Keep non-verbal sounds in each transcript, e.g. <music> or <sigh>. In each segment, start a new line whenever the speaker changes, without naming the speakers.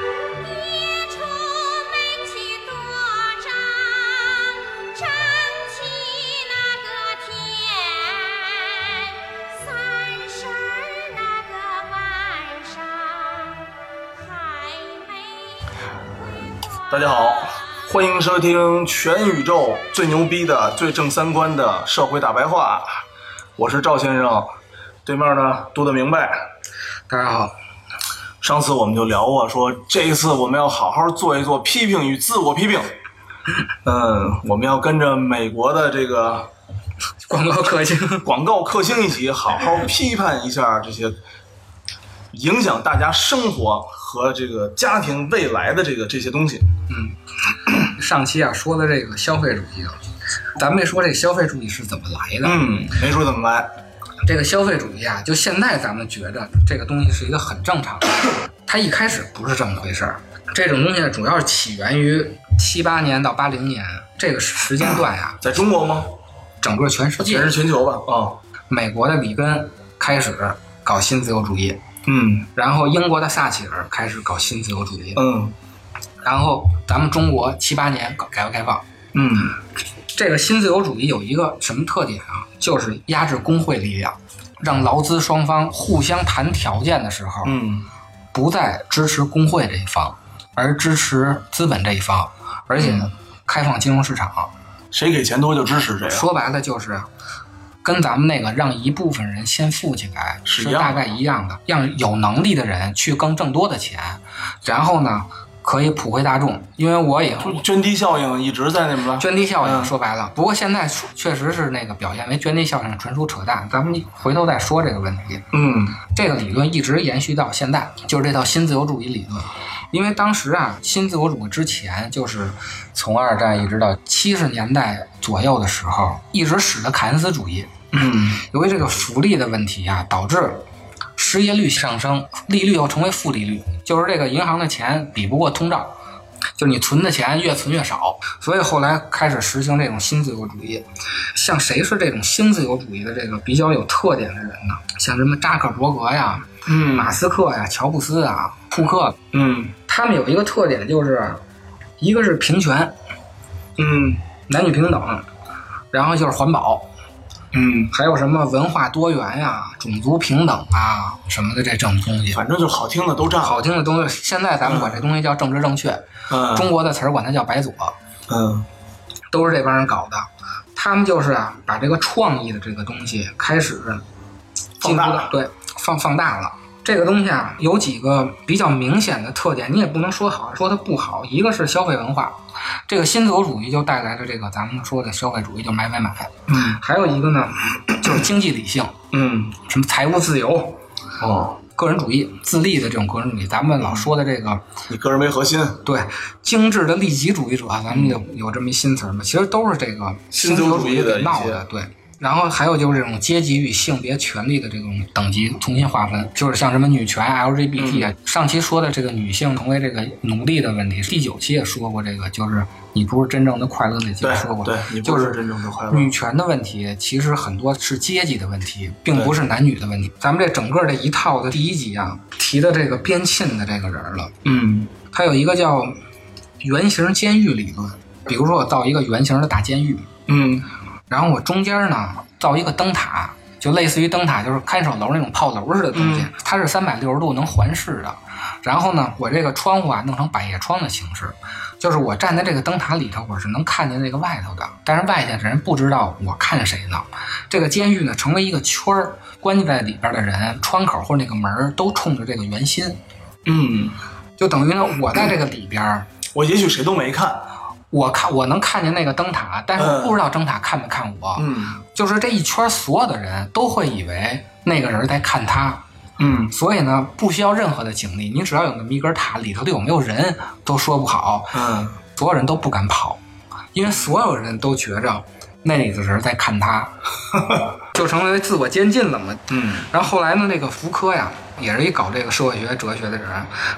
一出门去多张，张起那个天；三十儿那个晚上，还没回
大家好，欢迎收听全宇宙最牛逼的、最正三观的社会大白话，我是赵先生，对面呢读得明白。
大家好，
上次我们就聊过，说这一次我们要好好做一做批评与自我批
<laughs>
评。嗯，我们要跟着美国的这个
广告客卿，
广告克星一起好好批判一下这些影响大家生活和这个家庭未来的这个这些东西。
上期啊说的这个消费主义啊，咱们这说这消费主义是怎么来的？
嗯，没说怎么来。
这个消费主义啊，就现在咱们觉着这个东西是一个很正常的，它一开始不是这么回事儿。这种东西主要是起源于七八年到八零年这个时间段呀、
在中国吗？
整个全世
全
界
是，全球吧？啊、
美国的里根开始搞新自由主义，
嗯
然后英国的撒切尔开始搞新自由主义，
嗯
然后咱们中国七八年搞改革开放，
嗯
这个新自由主义有一个什么特点啊？就是压制工会力量，让劳资双方互相谈条件的时候，
嗯
不再支持工会这一方，而支持资本这一方，而且
嗯
呢开放金融市场。
谁给钱多就支持谁啊。
说白了就是，跟咱们那个让一部分人先富起来
是
是
一样的
大概一样的，让有能力的人去更挣多的钱，然后呢可以普惠大众。因为我也
就涓滴效应一直在那边吧。
涓滴效
嗯
应说白了，不过现在说确实是那个表现为涓滴效应，纯属扯淡。咱们回头再说这个问题。
嗯
这个理论一直延续到现在，就是这套新自由主义理论。因为当时啊，新自由主义之前就是从二战一直到七十年代左右的时候，一直使得凯恩斯主义。
嗯
由于这个福利的问题啊，导致失业率上升，利率又成为负利率，就是这个银行的钱比不过通胀，就是你存的钱越存越少，所以后来开始实行这种新自由主义。像谁是这种新自由主义的这个比较有特点的人呢？像什么扎克伯格呀、
嗯
马斯克呀、乔布斯啊、库克，
嗯
他们有一个特点就是，一个是平权，
嗯
男女平等，然后就是环保，
嗯，
还有什么文化多元呀、种族平等啊什么的这种东西。
反正就好听的都占了。
好听的东西，现在咱们管这东西叫政治正确，
嗯
中国的词儿管它叫白左，
嗯
都是这帮人搞的。他们就是啊，把这个创意的这个东西开始进
放
入
大
到
了
对放放大了。这个东西啊，有几个比较明显的特点，你也不能说好说它不好。一个是消费文化，这个新自由主义就带来了这个咱们说的消费主义，就买买买。
嗯
还有一个呢，就是经济理性，
嗯
什么财务自由、
哦，
个人主义、自立的这种个人主义，咱们老说的这个
你个人为核心，
对精致的利己主义者，咱们有有这么一新词儿嘛，其实都是这个
嗯新
新
自
自
由
由
主
主
义
义
的
给
一
闹
些
的，对。然后还有就是这种阶级与性别权利的这种等级重新划分，就是像什么女权、LGBT 啊，
嗯
上期说的这个女性成为这个奴隶的问题，第九期也说过这个，就是你不是真正的快乐那期
对
说过，
对，你
就
不
是
是真正的快乐。
女权的问题，其实很多是阶级的问题，并不是男女的问题。咱们这整个这一套的第一集啊，提的这个边沁的这个人了，
嗯
他有一个叫圆形监狱理论。比如说，我造一个圆形的大监狱，
嗯
然后我中间呢造一个灯塔，就类似于灯塔，就是看守楼那种炮楼似的东西，
嗯
它是三百六十度能环视的。然后呢，我这个窗户啊弄成百叶窗的形式，就是我站在这个灯塔里头，我是能看见这个外头的，但是外界的人不知道我看谁呢。这个监狱呢，成为一个圈儿，关在里边的人窗口或者那个门儿都冲着这个圆心，
嗯，
就等于呢，我在这个里边儿，
我也许谁都没看。
我看我能看见那个灯塔，但是我不知道灯塔看没看我。
嗯
就是这一圈所有的人都会以为那个人在看他，
嗯
所以呢，不需要任何的警力，你只要有那么一根塔，里头的有没有人都说不好，
嗯
所有人都不敢跑，因为所有人都觉着那里的人在看他， <laughs> 就成为自我监禁了嘛。
嗯
然后后来呢，这个福柯呀，也是一搞这个社会学、哲学的人，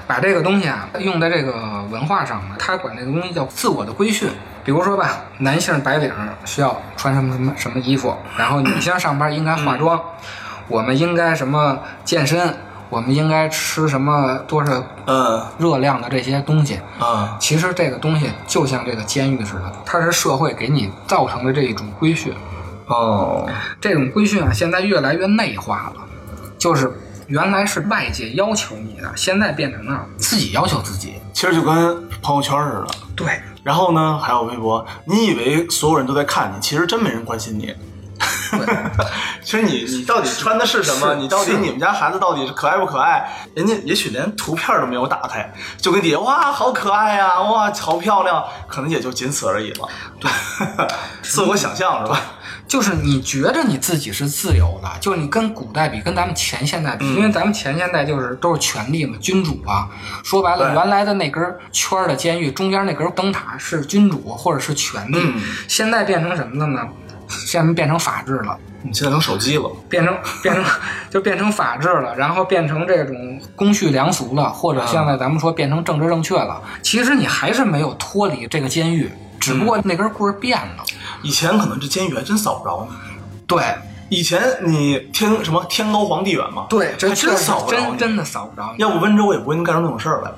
把这个东西啊用在这个文化上嘛。他管这个东西叫自我的规训。比如说吧，男性白领需要穿什么什么什么衣服，然后女性上班应该化妆，我们应该什么健身，我们应该吃什么多少
嗯
热量的这些东西。
嗯
其实这个东西就像这个监狱似的，它是社会给你造成的这一种规训。
哦
这种规训啊，现在越来越内化了，就是原来是外界要求你的，现在变成了自己要求自己。
其实就跟朋友圈似的。
对，
然后呢，还有微博，你以为所有人都在看你，其实真没人关心你。 <laughs> 其实你你到底穿的是什么？
是
你到底
是
你们家孩子到底是可爱不可爱？人家也许连图片都没有打开，就跟底下哇好可爱呀、哇好漂亮，可能也就仅此而已了。对， <laughs> 自我想象是吧？
就是你觉着你自己是自由的，就是你跟古代比，跟咱们前现代比，
嗯
因为咱们前现代就是都是权力嘛，君主啊。说白了，
对
原来的那根圈儿的监狱中间那根灯塔是君主或者是权力，
嗯
现在变成什么了呢？现在变成法治了。
你现在成手机了，
变成变成就变成法治了，然后变成这种公序良俗了，或者现在咱们说变成政治正确了。其实你还是没有脱离这个监狱，只不过那根棍儿变了。
以前可能这监狱还真扫不着你。
对
以前你天什么天高皇帝远嘛？
对，这
还真扫不着
真
你
真的扫不着你。
要不温州也不会能干出那种事儿来，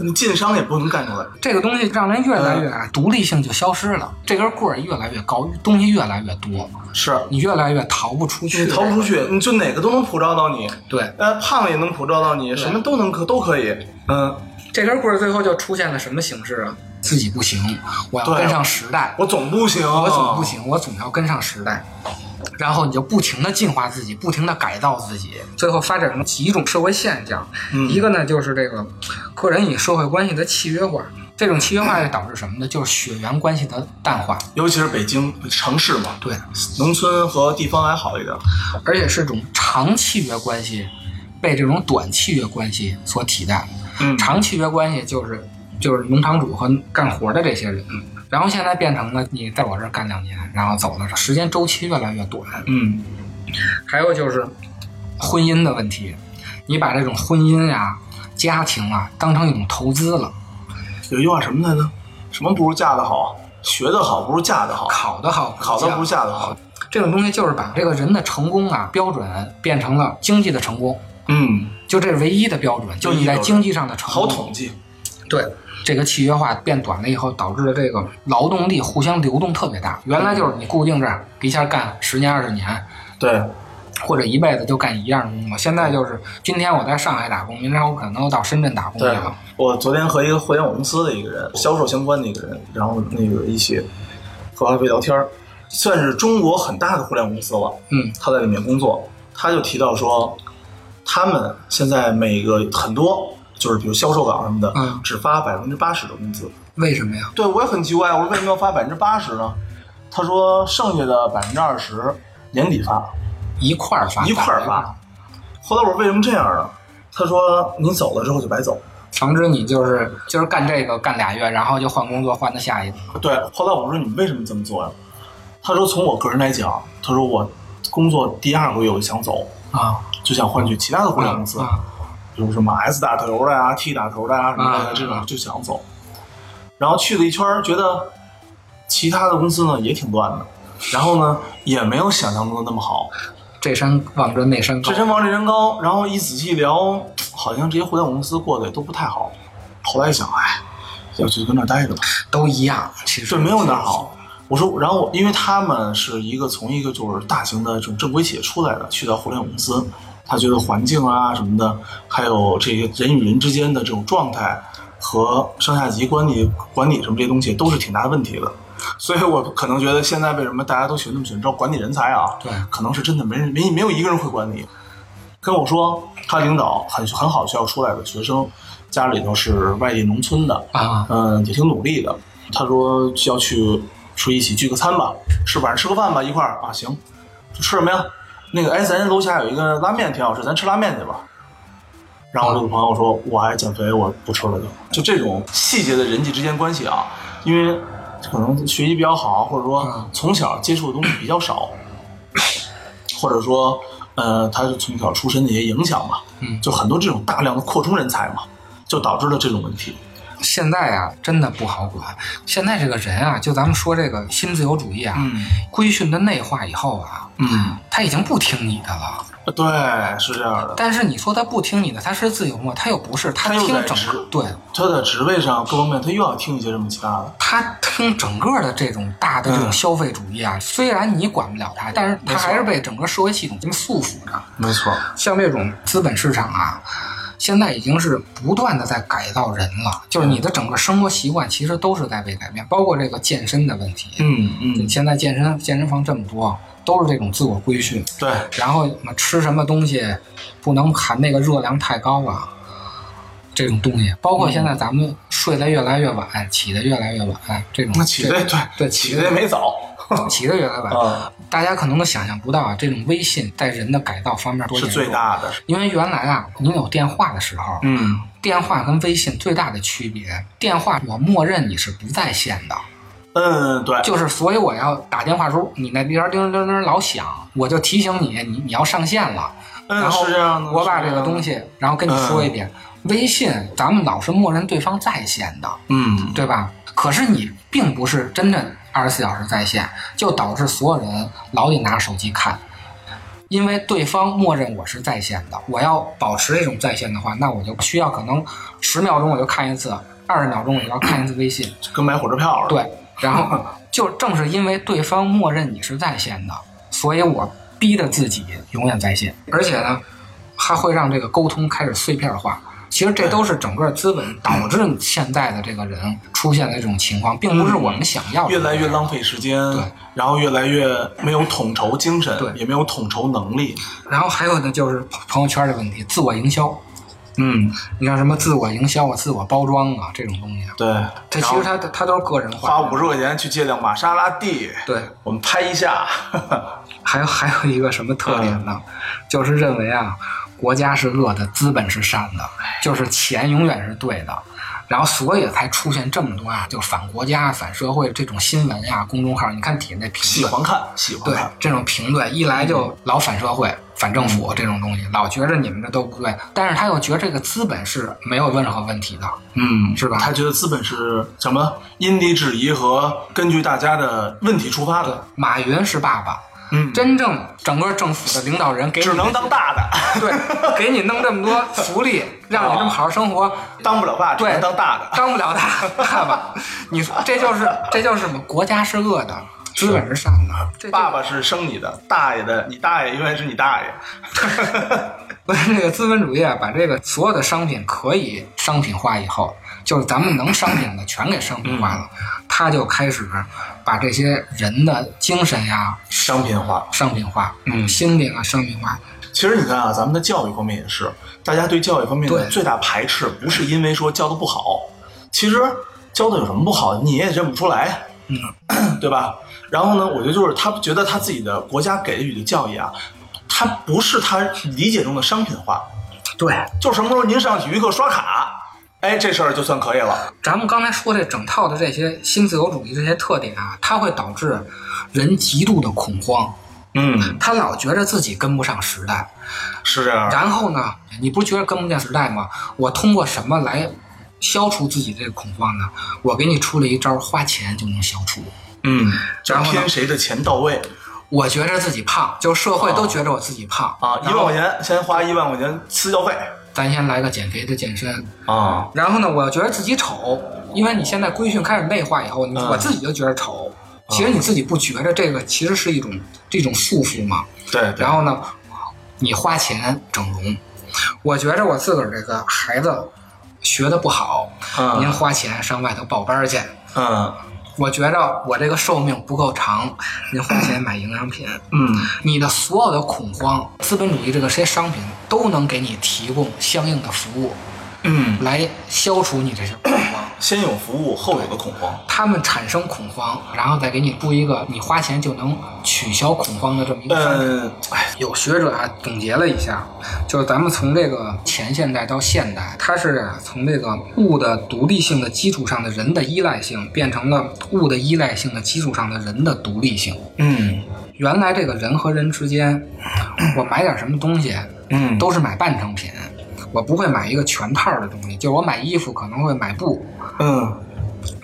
你晋商也不会能干出来。
这个东西让人越来越、啊独立性就消失了，这根棍儿越来越高，东西越来越多，
是
你越来越逃不出去。
你逃不出去，你就哪个都能普照到你。
对，
呃，胖也能普照到你，什么都能可都可以。嗯，
这根棍儿最后就出现了什么形式啊？自己不行，我要
对
跟上时代。
我总不行，
我总不，行，我总要跟上时代。然后你就不停的进化自己，不停的改造自己，最后发展成几种社会现象。
嗯
一个呢就是这个个人与社会关系的契约化，这种契约化就导致什么呢？就是血缘关系的淡化。
尤其是北京城市嘛，
对，
农村和地方还好一点。
而且是一种长契约关系被这种短契约关系所替代。
嗯
长契约关系就是就是农场主和干活的这些人，然后现在变成了你在我这儿干两年，然后走了，时间周期越来越短。
嗯，
还有就是婚姻的问题，你把这种婚姻呀、家庭啊当成一种投资了，
有一句话什么来着？什么不如嫁得好，学得好不如嫁得好，
考得好，
考得不如嫁得好。
这种东西就是把这个人的成功啊标准变成了经济的成功，
嗯，
就这是唯一的标准，就是你在经济上的成
好
功。
统计。
对。这个契约化变短了以后，导致了这个劳动力互相流动特别大。原来就是你固定这儿一下干十年二十年，
对，
或者一辈子就干一样的工作。现在就是今天我在上海打工，明天我可能又到深圳打工去
对
了。，
我昨天和一个互联网公司的一个人，销售相关的一个人，然后那个一起喝咖啡聊天儿，算是中国很大的互联网公司了。
嗯，
他在里面工作，他就提到说，他们现在每个很多就是比如销售岗什么的，
嗯
只发百分之八十的工资。
为什么呀？
对我也很奇怪，我说为什么要发百分之八十呢？他说剩下的百分之二十年底发，
一块儿发，
一块儿发。后来我说为什么这样呢？他说你走了之后就白走。
防止你就是就是干这个干俩月，然后就换工作换到下一个。
对，后来我说你为什么这么做呀？他说从我个人来讲，他说我工作第二个月我就想走，
啊，
就想换去其他的互
互
联网公司，
嗯
比如什么 S 打头的呀、t 打头的呀、什么
啊
的这种就想走。然后去了一圈儿，觉得其他的公司呢也挺乱的，然后呢也没有想象中的那么好。
这山望着那山高
这，人往这人高，然后一仔细聊，好像这些互联网公司过得也都不太好。后来一想，哎，要去跟那儿待着吧。
都一样。其实
这没有哪儿好。我说，然后我因为他们是一个从一个就是大型的这种正规企业出来的，去到互联网公司，他觉得环境啊什么的，还有这个人与人之间的这种状态和上下级管理管理什么这些东西都是挺大的问题的。所以我可能觉得现在为什么大家都喜欢那么喜欢招管理人才啊？
对
可能是真的没人没没有一个人会管理。跟我说，他领导很很好学校出来的学生，家里头是外地农村的，
啊，
嗯，也挺努力的。他说要去说一起聚个餐吧，吃晚上吃个饭吧，一块儿啊，行。吃什么呀？那个哎，咱楼下有一个拉面挺好吃，咱吃拉面去吧。然后我这个朋友说，我还减肥，我不吃了就。就这种细节的人际之间关系啊，因为可能学习比较好，或者说
嗯
从小接触的东西比较少，或者说，呃，他是从小出身的一些影响嘛，
嗯
就很多这种大量的扩充人才嘛，就导致了这种问题。
现在啊，真的不好管。现在这个人啊，就咱们说这个新自由主义啊，
嗯
规训的内化以后啊，
嗯，
他已经不听你的了。
对，是这样的。
但是你说他不听你的，他是自由吗？他又不是，他
他又
听
在
整
吃
个对，
他在职位上各方面，他又要听一些什么其他的。
他听整个的这种大的这种
嗯
消费主义啊，虽然你管不了他，但是
没
他
错
还是被整个社会系统这么束缚着。
没错，
像这种资本市场啊，现在已经是不断的在改造人了，就是你的整个生活习惯其实都是在被改变，包括这个健身的问题。
嗯嗯，
现在健身健身房这么多，都是这种自我规训，
对，
然后什么吃什么东西不能含那个热量太高啊，这种东西，包括现在嗯咱们睡得越来越晚，起得越来越晚，这种
那起的也对
对
起
起
的
得
也没早
起得越来越晚，
啊，
大家可能都想象不到啊，这种微信在人的改造方面多
是
严
最
重。
大的。
因为原来啊，您有电话的时候，
嗯，
电话跟微信最大的区别，电话我默认你是不在线的，
嗯，对，
就是所以我要打电话时候，你那边叮铃叮铃老响，我就提醒你，你你要上线了。然
嗯，
后
是这样的。
我把
是
这
样
个
的
东，西，然后跟你说一遍。微信咱们老是默认对方在线的，
嗯，
对吧？可是你并不是真正二十四小时在线，就导致所有人老得拿手机看，因为对方默认我是在线的。我要保持这种在线的话，那我就需要可能十秒钟我就看一次，二十秒钟我就要看一次微信。
就跟买火车票似的。
对，然后就正是因为对方默认你是在线的，所以我逼着自己永远在线，而且呢，还会让这个沟通开始碎片化。其实这都是整个资本导致现在的这个人出现的这种情况，并不是我们想要的
嗯越来越浪费时间，
对，
然后越来越没有统筹精神，
对
也没有统筹能力，
然后还有呢，就是朋友圈的问题，自我营销。
嗯，
你像什么自我营销啊、自我包装啊这种东西啊，
对，
它
然
其
后
实它它都是个人化
花
的。
五十块钱去借辆玛莎拉蒂，
对，
我们拍一下， <laughs>
还有 <laughs> 还有一个什么特点
嗯
呢？就是认为啊，国家是恶的，资本是善的，
哎
就是钱永远是对的，然后所以才出现这么多啊，就反国家、反社会这种新闻呀、公众号，你看底下那评
喜
论，
欢嗯看，喜欢
对
看，
这种评论，一来就老反社会、反政府
嗯
这种东西，老觉着你们这都不对，但是他又觉得这个资本是没有任何问题的，
嗯，
是吧
他觉得资本是什么？因地制宜和根据大家的问题出发的，
马云是爸爸。
嗯
真正整个政府的领导人给你
只能当大 <laughs> 的，
<laughs> 对，给你弄这么多福利，让你这么好好生活，
当不了爸，只
对
能当大的，
当
<laughs>
不了大大吧？你说这就是这就是什么？国家是恶的，资本是善的。这 <laughs>
爸爸是生你的，大爷的，你大爷永远是你大爷，
所以这个资本主义啊，把这个所有的商品可以商品化以后，就是咱们能商品的全给商品化了，
嗯
他就开始把这些人的精神呀
商品化。
商品化，
嗯
心理啊商品化，
其实你看啊，咱们的教育方面也是，大家对教育方面的
对
最大排斥，不是因为说教的不好，其实教的有什么不好，你也认不出来，嗯， <clears throat> 对吧？然后呢，我觉得就是他觉得他自己的国家给予的教育啊，他不是他理解中的商品化，
对。
就是什么时候您上体育课刷卡，哎，这事儿就算可以了，
咱们刚才说这整套的这些新自由主义这些特点啊，它会导致人极度的恐慌，
嗯，
他老觉着自己跟不上时代，
是这样的，
然后呢，你不觉得跟不上时代吗？我通过什么来消除自己这个恐慌呢？我给你出了一招，花钱就能消除。
嗯，
然后呢
骗谁的钱到位
我觉着自己胖，就社会都觉着我自己胖
啊，一
然
万
后
块钱先花一万块钱私教费
咱先来个减肥的健身，
啊，
然后呢，我觉得自己丑，因为你现在规训开始内化以后，你、
嗯
我自己就觉得丑。其实你自己不觉着这个其实是一种这种束缚嘛。
对，对
然后呢，你花钱整容，我觉着我自个儿这个孩子学的不好，
嗯
您花钱上外头报班儿去。
嗯
我觉着我这个寿命不够长，您花钱买营养品。
嗯。
你的所有的恐慌，资本主义这个这些商品都能给你提供相应的服务，
嗯
来消除你这些恐慌。慌，
先有服务，后有的恐慌。
他们产生恐慌，然后再给你布一个你花钱就能取消恐慌的这么一个方式。
嗯，哎，
有学者啊总结了一下，就是咱们从这个前现代到现代，它是啊从这个物的独立性的基础上的人的依赖性，变成了物的依赖性的基础上的人的独立性。
嗯
原来这个人和人之间，我买点什么东西，
嗯
都是买半成品，我不会买一个全套的东西。就是我买衣服可能会买布，
嗯，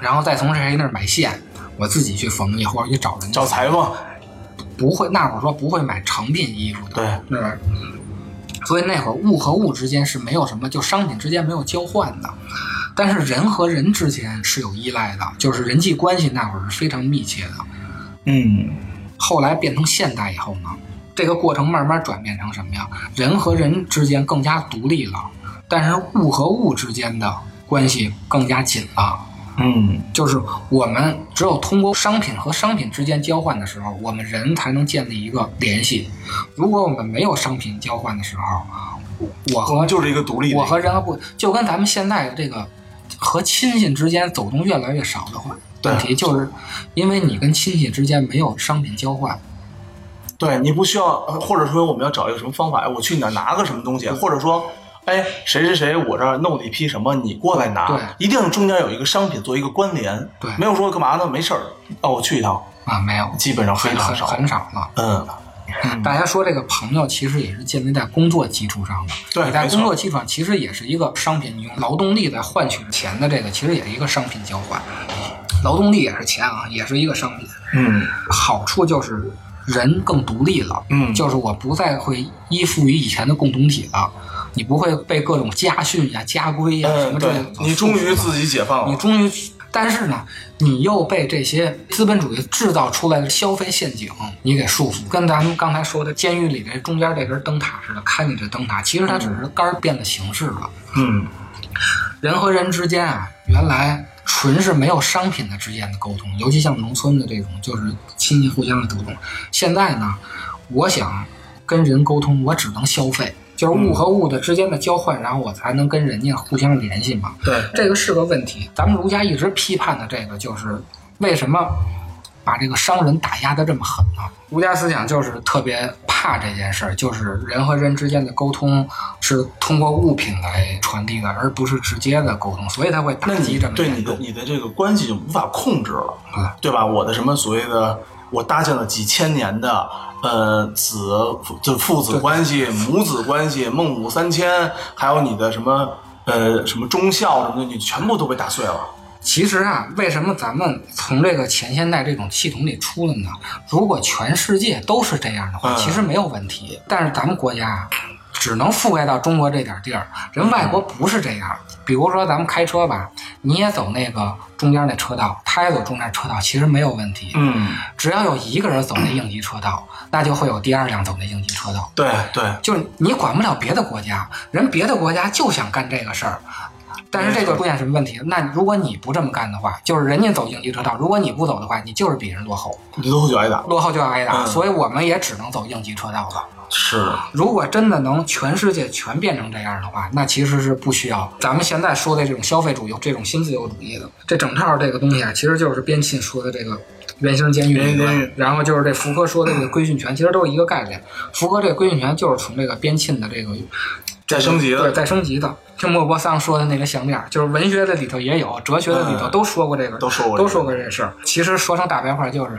然后再从谁那儿买线，我自己去缝去或者去找人
找裁缝，
不会那会儿说不会买成品衣服的，
对，
那会儿所以那会儿物和物之间是没有什么，就商品之间没有交换的，但是人和人之间是有依赖的，就是人际关系那会儿是非常密切的。
嗯
后来变成现代以后呢，这个过程慢慢转变成什么呀？人和人之间更加独立了，但是物和物之间的关系更加紧了。
嗯
就是我们只有通过商品和商品之间交换的时候，我们人才能建立一个联系。如果我们没有商品交换的时候，我
我
和
们嗯就是一个独立的，
我和人和不就跟咱们现在的这个和亲戚之间走动越来越少的话，
对啊
问题就是因为你跟亲戚之间没有商品交换，
对你不需要，呃或者说我们要找一个什么方法，哎我去你那儿拿个什么东西，或者说，哎，谁谁谁，我这儿弄了一批什么，你过来
对
拿，一定中间有一个商品做一个关联，
对
没有说干嘛呢？没事儿，哦，我去一趟，
啊，没有，
基本上非
很
常
很
少，
很少了。
嗯，
大家说这个朋友其实也是建立在工作基础上的，
对
你在
没错
工作基础上其实也是一个商品，你用劳动力来换取钱的这个，其实也是一个商品交换，劳动力也是钱啊，也是一个商品。
嗯
好处就是人更独立了，
嗯
就是我不再会依附于以前的共同体了，你不会被各种家训呀、家规呀、什
嗯，
么这
对
种，
你终于自己解放
你
了，
终于，但是呢，你又被这些资本主义制造出来的消费陷阱你给束缚，跟咱们刚才说的监狱里这中间这根灯塔似的，看你这灯塔，其实它只是杆儿变了形式了。
嗯
人和人之间啊，原来纯是没有商品的之间的沟通，尤其像农村的这种，就是亲戚互相的沟通。现在呢，我想跟人沟通，我只能消费。就是物和物的之间的交换，然后我才能跟人家互相联系嘛。
对，
这个是个问题。咱们儒家一直批判的这个就是为什么把这个商人打压的这么狠呢、儒家思想就是特别怕这件事儿，就是人和人之间的沟通是通过物品来传递的，而不是直接的沟通，所以他会打
那
击
你
这么
对
严
你
重
的。你的这个关系就无法控制了，
嗯
对吧？我的什么所谓的我搭建了几千年的呃子就父子关系、母子关系、孟母三迁，还有你的什么呃什么忠孝什么的，你全部都被打碎了。
其实啊，为什么咱们从这个前现代这种系统里出了呢？如果全世界都是这样的话，
嗯
其实没有问题。但是咱们国家啊，只能覆盖到中国这点地儿，人外国不是这样。比如说咱们开车吧，你也走那个中间那车道，他也走中间车道，其实没有问题。
嗯，
只要有一个人走那应急车道，那就会有第二辆走那应急车道。
对对，
就是你管不了别的国家，人别的国家就想干这个事儿，但是这个出现什么问题？那如果你不这么干的话，就是人家走应急车道，如果你不走的话，你就是比人落后，
你最后就挨打。
落后就要挨打，
嗯
所以我们也只能走应急车道了。
是，
如果真的能全世界全变成这样的话，那其实是不需要咱们现在说的这种消费主义、这种新自由主义的。这整套这个东西啊，其实就是边沁说的这个原型监狱理
原型监
论
狱，
然后就是这福柯说的这个规训权，其实都是一个概念。福柯这个规训权就是从这个边沁的这个
再升级
对，
的。
再升级的，就莫泊桑说的那个项链儿，就是文学的里头也有，哲学的里头
嗯
都说过这个，
都说过这个
都说过这事儿。其实说成大白话就是，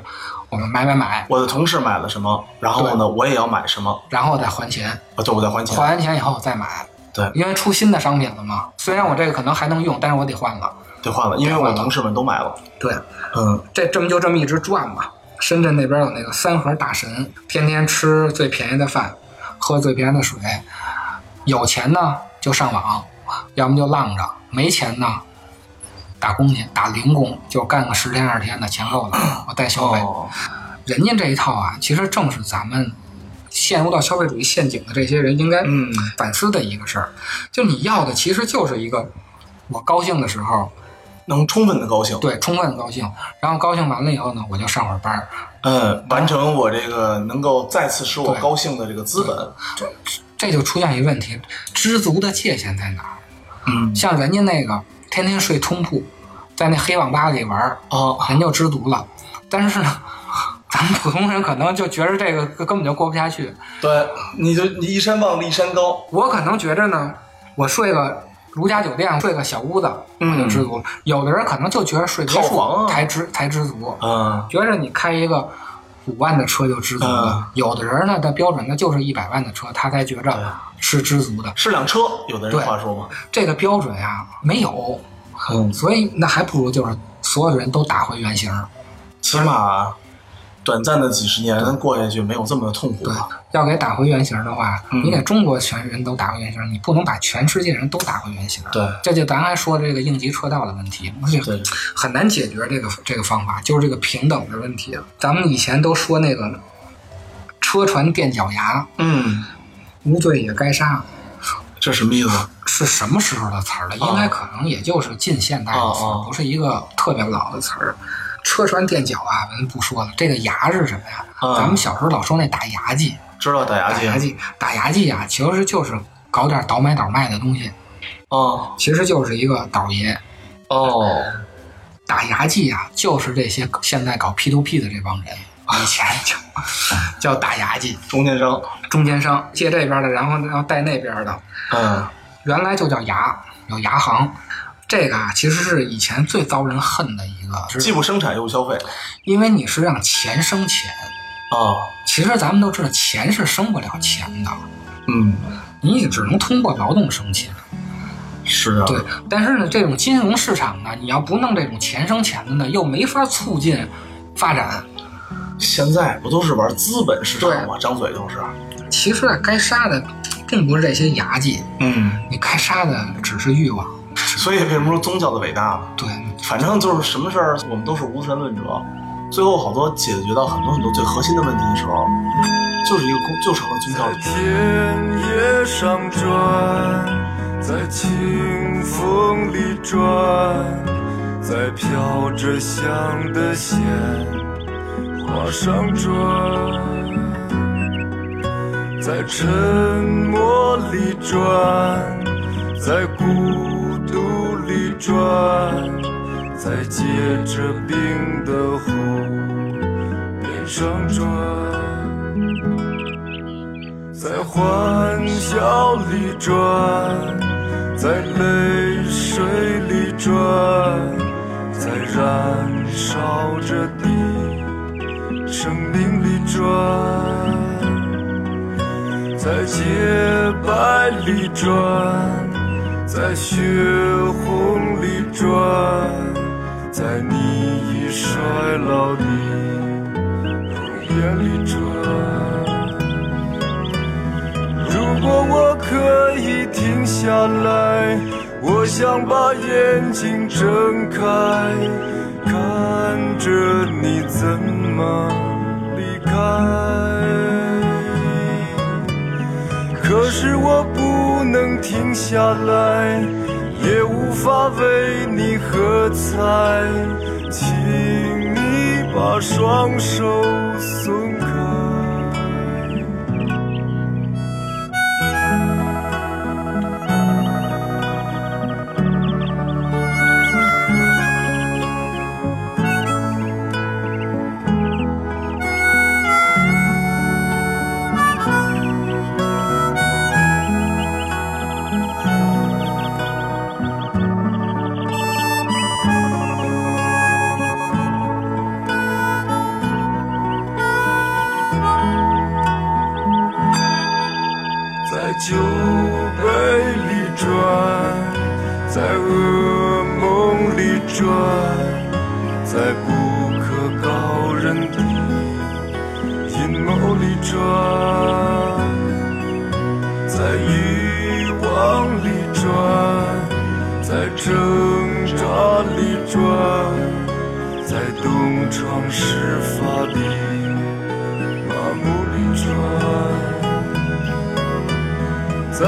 我们买买买，
我的同事买了什么，然后呢，我也要买什么，
然后再还钱，
啊，对，我再还钱。
还完钱以后再买。
对
因为出新的商品了嘛，虽然我这个可能还能用，但是我得换了。
得换了，因为我的同事们都买了。
对，
嗯，
这这么就这么一直转嘛。深圳那边有那个三盒大神，天天吃最便宜的饭，喝最便宜的水，有钱呢就上网，要么就浪着；没钱呢，打工去，打零工，就干个十天二十天的，钱够了，我再消费。
哦，
人家这一套啊，其实正是咱们陷入到消费主义陷阱的这些人应该
嗯
反思的一个事儿。就你要的其实就是一个，我高兴的时候
能充分的高兴。
对，充分高兴。然后高兴完了以后呢，我就上会儿班儿。
嗯，完成我这个能够再次使我
对
高兴的这个资本。
这就出现一个问题：知足的界限在哪儿？
嗯
像人家那个天天睡通铺，在那黑网吧里玩儿，
哦，
人就知足了。但是呢， <laughs> 咱们普通人可能就觉着这个根本就过不下去。
对，你就你一山望着一山高，
我可能觉着呢，我睡个如家酒店，睡个小屋子，
嗯
我就知足了。有的人可能就觉着睡别
套房
墅
啊
才知才知足，
啊，
觉着你开一个五万的车就知足了。
嗯
有的人呢，他标准他就是一百万的车，他才觉
嗯
着是知足的。
是辆车，有的人
对
话说嘛，
这个标准呀、没有，
嗯
所以那还不如就是所有人都打回原形儿。
起码短暂的几十年过下去，没有这么的痛苦
对
吧？，
要给打回原形儿的话，
嗯
你给中国全人都打回原形儿，你不能把全世界人都打回原形儿。
对
这就咱还说这个应急车道的问题，而且
对
很难解决这个这个方法，就是这个平等的问题。咱们以前都说那个车船垫脚牙，
嗯，
无罪也该杀，
这什么意思？
是什么时候的词儿了？
哦
应该可能也就是近现代的词
哦哦
儿，不是一个特别老的词儿。车船垫脚啊，咱不说了。这个牙是什么呀？
嗯
咱们小时候老说那打牙祭，
知道打牙
打牙
祭
祭，打牙祭啊，其实就是搞点倒买倒卖的东西，
哦
其实就是一个倒爷。
哦，
打牙祭啊，就是这些现在搞 P to P 的这帮人，以前 <laughs> 叫叫打牙祭，
中间商，
中间商借这边的，然后要带那边的，
嗯
原来就叫牙，有牙行。这个啊，其实是以前最遭人恨的一个，
既不生产又不消费
因为你是让钱生钱。
哦，
其实咱们都知道，钱是生不了钱的，
嗯，
你也只能通过劳动生钱。
是啊，
对，但是呢，这种金融市场呢，你要不弄这种钱生钱的呢，又没法促进发展。
现在不都是玩资本市场吗？
对
张嘴就是，
其实啊，该杀的并不是这些牙祭，
嗯，
你该杀的只是欲望。
所以为什么说宗教的伟大呢？
对，
反正就是什么事儿，我们都是无神论者。最后好多解决到很多很多最核心的问题的时候，就是一个公，就成了宗教
在。田野上转，在清风里转，在飘着香的鲜花上转，在沉默里转，在孤独里转，在结着冰的湖面上转。在欢笑里转，在泪水里转，在燃烧着的生命里转，在洁白里转，在血红里转，在你已衰老的容颜里转。如果我可以停下来，我想把眼睛睁开，看着你怎么离开。可是我不能停下来，也无法为你喝彩，请你把双手松开。在酒杯里转，在噩梦里转，在不可告人的阴谋里转，在欲望里转，在挣扎里转，在东窗事发的麻木里转。在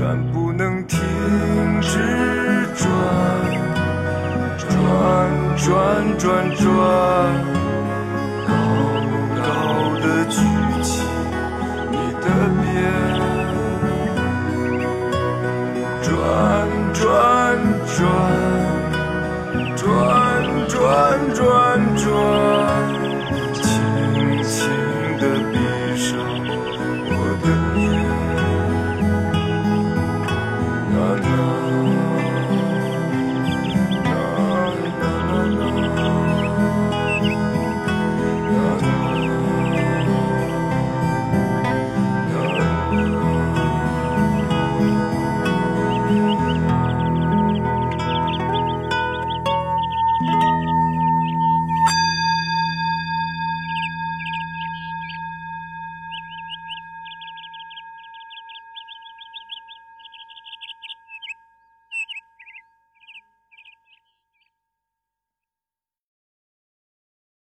但不能停止转转转转转，高高的举起你的鞭。转转转转转转转，轻轻地闭上